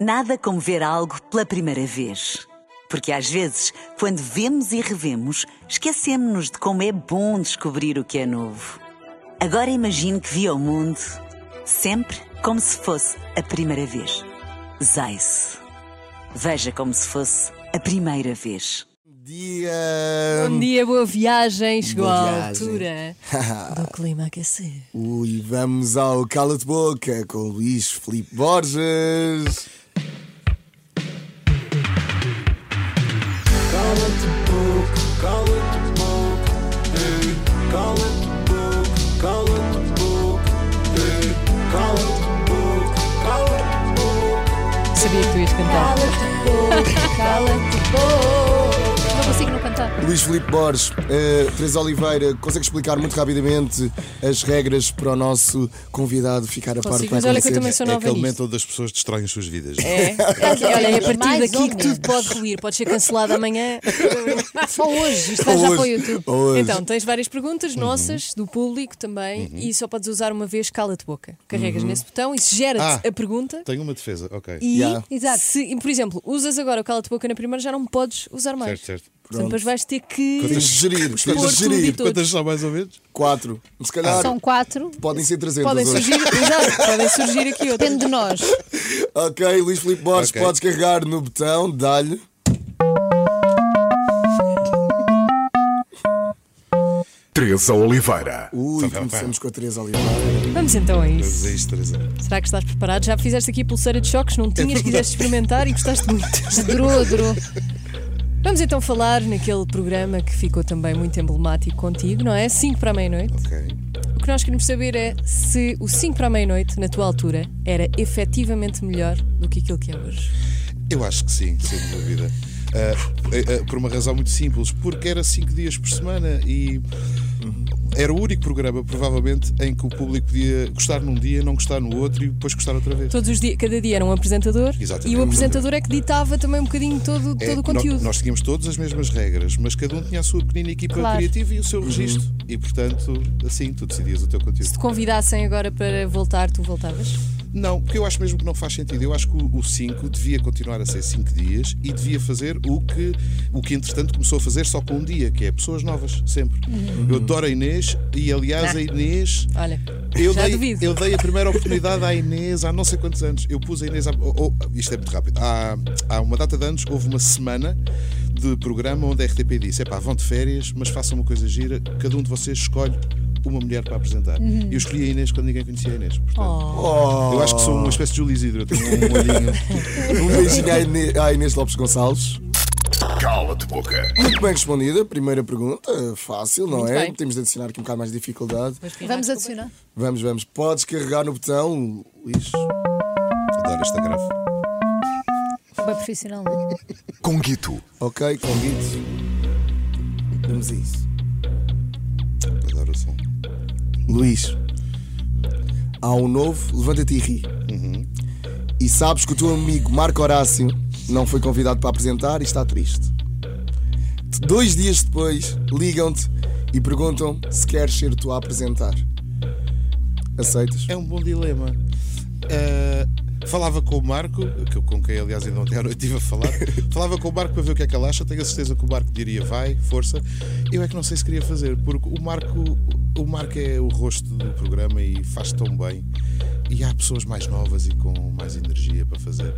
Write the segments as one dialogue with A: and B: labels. A: Nada como ver algo pela primeira vez. Porque às vezes, quando vemos e revemos, esquecemos-nos de como é bom descobrir o que é novo. Agora imagine que viu o mundo sempre como se fosse a primeira vez. Zais. Veja como se fosse a primeira vez.
B: Dia.
C: Bom dia, boa viagem. Chegou
B: Boa
C: à
B: viagem.
C: altura do clima aquecer.
B: Ui, vamos ao Cala-te Boca com Luís Filipe Borges.
D: Cala-te boca, cala-te boca, ei, cala-te boca, cala-te boca, ei, cala-te boca, cala-te boca.
C: Sabia que tu ias cantar.
E: Cala-te, boca.
C: Não consigo não cantar.
B: Luís Filipe Borges, eh, Teresa Oliveira, consegue explicar muito rapidamente as regras para o nosso convidado ficar a par do que
C: Consigo,
B: vai
C: mas olha que eu
B: acontecer?
C: também sou
F: É
C: nova
F: aquele
C: nisto.
F: momento onde as pessoas destroem as suas vidas.
C: É. Olha, é a partir
E: Mais
C: daqui
E: ou
C: que tudo pode ruir. Pode ser cancelado amanhã. Só hoje. Isto
B: Ou
C: já
B: hoje,
C: foi o tudo.
B: ou hoje. Uhum.
C: Então, tens várias perguntas nossas, do público também, e só podes usar uma vez cala-te boca.
B: Uhum.
C: Carregas nesse botão, isso gera-te
F: Ah.
C: a pergunta.
F: Tenho uma defesa, ok.
C: E,
B: Yeah.
E: Exato.
C: se, por exemplo, usas agora o cala-te boca na primeira, já não podes usar mais.
F: Certo, certo.
C: Portanto, depois vais ter que.
B: Tens de gerir, tens de
C: Pôr tudo e
B: gerir.
C: tudo.
F: Quantas são mais ou menos?
B: Quatro. Se calhar
E: São quatro.
B: podem ser 300
C: Podem
B: hoje.
C: surgir, exato, podem surgir aqui outras.
E: Depende de nós.
B: Ok, Luís Filipe Borges,
F: Ok.
B: podes carregar no botão, dá-lhe.
G: Teresa Oliveira.
B: Ui,
F: pá, pá.
B: começamos com a Teresa Oliveira.
C: Vamos então a
F: Vamos
C: isso.
F: a é isto, Teresa.
C: Será que estás preparado? Já fizeste aqui a pulseira de choques, não tinhas, quiseste experimentar e gostaste muito.
E: Durou, durou.
C: Vamos então falar naquele programa que ficou também muito emblemático contigo, não é? 5 para a meia-noite.
F: Ok.
C: O que nós queremos saber é se o 5 para a meia-noite, na tua altura, era efetivamente melhor do que aquilo que é hoje.
F: Eu acho que sim, sem dúvida. Ah, ah, ah, por uma razão muito simples, porque era cinco dias por semana e era o único programa, provavelmente, em que o público podia gostar num dia, não gostar no outro e depois gostar outra vez.
C: Todos os dias, cada dia era um apresentador
F: Exatamente.
C: e o apresentador é que ditava também um bocadinho todo,
F: É,
C: todo o
F: no-
C: conteúdo.
F: Nós tínhamos todas as mesmas regras, mas cada um tinha a sua pequenina equipa
E: Claro.
F: criativa e o seu registro. E portanto, assim, tu decidias o teu conteúdo.
C: Se te convidassem agora para voltar, tu voltavas?
F: Não, porque eu acho mesmo que não faz sentido. Eu acho que o 5 devia continuar a ser 5 dias e devia fazer o que, o que entretanto começou a fazer só com um dia, que é pessoas novas, sempre. Eu adoro a Inês e, aliás, a Inês.
C: Olha,
F: Eu
C: já
F: dei,
C: duvido.
F: eu dei a primeira oportunidade à Inês há não sei quantos anos. Eu pus a Inês há. oh, oh, isto é muito rápido. Há, há uma data de anos, houve uma semana de programa onde a RTP disse: epá, vão de férias, mas façam uma coisa gira, cada um de vocês escolhe uma mulher para apresentar. Eu escolhi a Inês quando ninguém conhecia a Inês. Portanto,
B: Oh!
F: Eu acho que sou uma espécie de Júlio Isidro. Eu tenho um olhinho.
B: Um beijinho à Inê- à Inês Lopes Gonçalves.
G: Cala-te boca.
B: Muito bem respondida, primeira pergunta, fácil, não
C: Muito
B: é?
C: bem.
B: Temos de adicionar aqui um bocado mais de dificuldade.
E: Vamos adicionar.
B: Vamos, vamos, podes carregar no botão, Luís.
F: Adoro esta grafe.
E: Uma profissional. não é?
G: Conguito.
B: Ok, convite. Vamos a isso.
F: Adoro o som.
B: Luís, há um novo, levanta-te e ri. E sabes que o teu amigo Marco Horácio não foi convidado para apresentar e está triste. Dois dias depois, ligam-te e perguntam se queres ser tu a apresentar. Aceitas?
F: É um bom dilema. Ah, falava com o Marco, que- com quem aliás ainda ontem à noite estive a falar. falava com o Marco para ver o que é que ele acha. Tenho a certeza que o Marco diria vai, força. Eu é que não sei se queria fazer, porque o Marco, o Marco é o rosto do programa e faz tão bem. E há pessoas mais novas e com mais energia para fazer.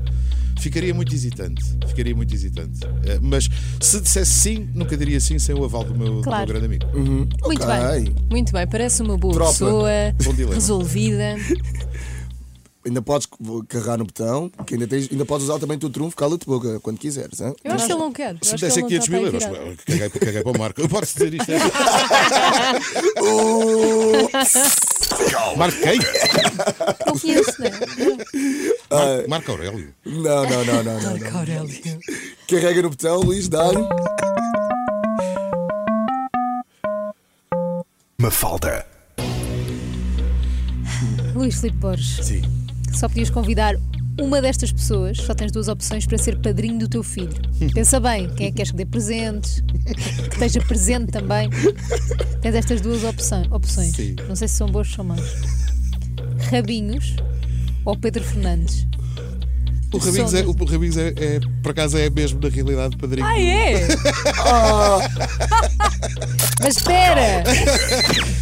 F: Ficaria muito hesitante, ficaria muito hesitante. Ah, mas se dissesse sim, nunca diria sim sem o aval do meu, do
E: Claro.
F: meu grande amigo.
C: Muito
B: Ok.
C: bem. Muito bem, parece uma boa
B: Tropa.
C: pessoa,
F: Bom dilema.
C: resolvida.
B: Ainda podes carregar no botão, que ainda, tens, ainda podes usar também o teu trunfo, cala-te boca, quando quiseres. Hein?
C: Eu acho que ele não quer. Eu
F: Se
C: acho
F: me
C: que ele
F: dessem
C: não
F: 500
C: está
F: mil
C: bem
F: euros,
C: virado.
F: caguei, caguei para o Marco. Eu posso dizer isto. é? Marco quem?
E: Não conheço, não é?
F: Mar- Marco Aurélio.
B: Não, não, não, não,
C: é?
B: não, não.
C: Aurélio.
B: Carrega no botão, Luís, dá-lhe.
G: Mafalda.
E: Luís Filipe Borges,
F: Sim.
E: só podias convidar uma destas pessoas, só tens duas opções para ser padrinho do teu filho. Pensa bem, quem é que queres que dê presentes, que esteja presente também. Tens estas duas opção- opções.
F: Sim.
E: Não sei se são boas ou são más. Rabinhos ou Pedro Fernandes.
F: O Rabigos, é, o Rabigos é, é, por acaso, é mesmo na realidade padrinho.
C: Ah, é?
E: Oh. Mas espera!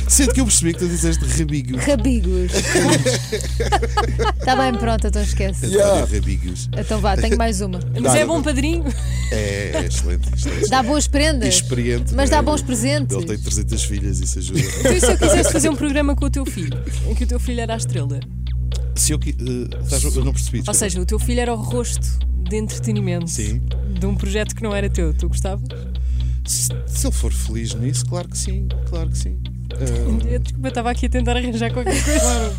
F: Sendo que eu percebi que tu disseste Rabigos.
E: Rabigos. Está bem, pronto, então esquece.
B: Yeah.
F: Olha, Rabigos.
E: Então vá, tenho mais uma.
C: Mas
B: Dá-lhe.
C: é bom padrinho.
F: É, é excelente, excelente.
E: Dá boas prendas.
F: Experiente.
E: Mas dá
F: né?
E: bons presentes.
F: Ele tem 300 filhas, isso ajuda.
C: Então, e se eu quisesse fazer um programa com o teu filho, em que o teu filho era a estrela?
F: Se eu. qui- eh, estás- eu não percebi.
C: Ou
F: desculpa.
C: seja, o teu filho era o rosto de entretenimento
F: Sim.
C: de um projeto que não era teu. Tu gostavas?
F: Se, se ele for feliz nisso, claro que sim, claro que sim. Eh,
C: Eu, Desculpa, Um tipo, eu estava aqui a tentar arranjar qualquer coisa.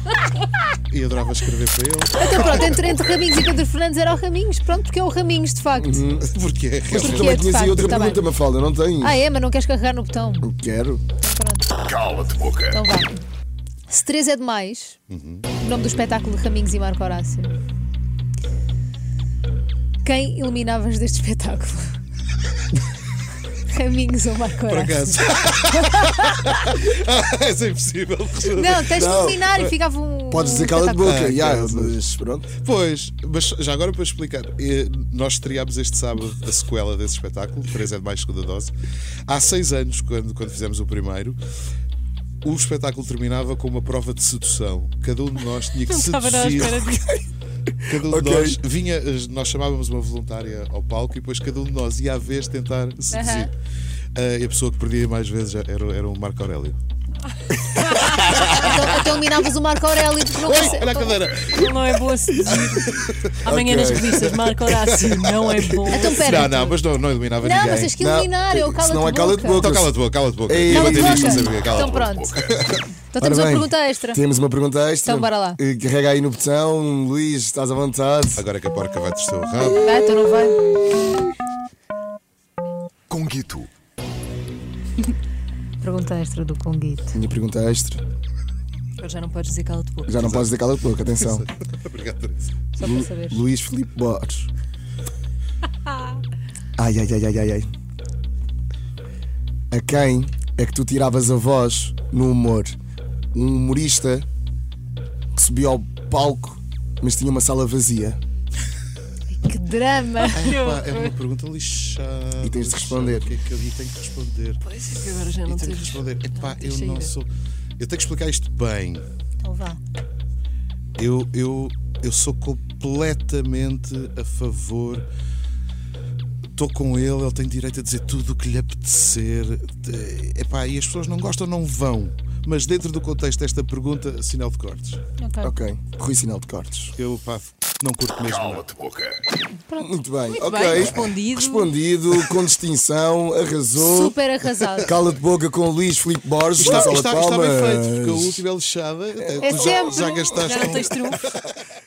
F: E adorava escrever para ele.
E: Então pronto, entre, entre Raminhos e Pedro Fernandes era o Raminhos, pronto, porque é o Raminhos, de facto.
C: Hum.
F: Porque é
B: Mas tu
E: Porque é
B: também
E: de
B: tinhas aí
E: facto,
B: outra
E: tá
B: pergunta,
E: bem.
B: Mafalda, não tens?
E: Ah, é, mas não queres carregar no botão. Então
B: Quero.
E: pronto,
G: Cala-te boca.
E: então vá. Se três é demais, o nome do espetáculo de Raminhos e Marco Horácio. Quem eliminavas deste espetáculo? Raminhos ou Marco
F: Por acaso.
E: Horácio?
F: Isso é impossível.
E: Não, tens de
B: Não.
E: eliminar e ficava um.
B: Podes dizer cala de
E: espetáculo.
B: boca.
F: Ah,
B: yeah,
F: quero.
B: mas pronto.
E: Ah,
F: Pois, mas já agora para explicar, eh, nós estreámos este sábado a sequela desse espetáculo, 3 é de mais segunda dose. Há seis anos, quando, quando fizemos o primeiro, o espetáculo terminava com uma prova de sedução. Cada um de nós tinha que
C: Não estava nada à
F: seduzir.
C: espera disso.
F: Cada um
B: Ok.
F: de nós vinha, eh, nós chamávamos uma voluntária ao palco e depois cada um de nós ia à vez tentar seduzir. Ah, e a pessoa que perdia mais vezes já era, era o Marco Aurélio.
E: Então, então eliminavas o Marco Aurélio porque não Então,
F: Oi,
E: consegue-
F: olha a cadeira!
C: Ele não é bom a seduzir. Amanhã nas revistas, Marco Horácio não é bom.
E: Então pera.
F: Não, não, mas não, não eliminava
E: Não,
F: ninguém.
E: mas tens que eliminar, é o
B: Não,
E: cala-te
B: senão é cala-te boca.
F: Então cala-te boca, cala-te boca.
B: Ei,
F: Eu
E: Cala-te
F: bati nisto, não
E: boca.
F: sabia, cala-te
E: Então
F: boca.
E: pronto. Então
B: Ora
E: temos uma
B: bem,
E: pergunta extra.
B: Temos uma pergunta extra.
E: Então bora lá.
B: Eh, Carrega aí no botão, Luís, estás à vontade.
F: Agora é que a porca vai descer o rabo.
E: Vai, então não vai.
G: Conguito.
E: Pergunta extra do Conguito.
B: Minha pergunta é extra.
C: Agora já não podes dizer cala-te boca.
B: Já não podes dizer cala de boca, atenção.
F: Obrigado, Teresa.
E: Só para saber.
B: Luís Filipe Borges. Ai, ai, ai, ai, ai, ai. A quem é que tu tiravas a voz no humor? Um humorista que subiu ao palco, mas tinha uma sala vazia.
E: Que drama!
F: Pá, é uma pergunta lixada.
B: E tens de responder.
F: O que é que eu e tenho que responder?
C: Pois é que agora já
F: E
C: não
F: tenho que
C: tens.
F: responder. Epá, eu
C: deixa
F: não
C: ir.
F: sou. Eu tenho que explicar isto bem.
E: Então vá.
F: Eu, eu, eu sou completamente a favor. Estou com ele, ele tem direito a dizer tudo o que lhe apetecer. Eh, Epá, e as pessoas não gostam, não vão. Mas dentro do contexto desta pergunta, sinal de cortes.
E: Ok.
B: Ok. Rui Sinal de Cortes.
F: Eu, pá, não curto mesmo. Não.
G: Cala-te boca.
B: Muito bem. ok.
C: bem, respondido.
B: Respondido, com distinção, arrasou.
E: Super arrasado.
B: Cala de boca com Luís Filipe Borges.
F: Está,
B: na
F: está,
B: sala
F: está
B: de palmas.
F: bem feito, porque a última é lixada. tu já,
E: sempre.
F: já gastaste.
C: Já não tens trunfo.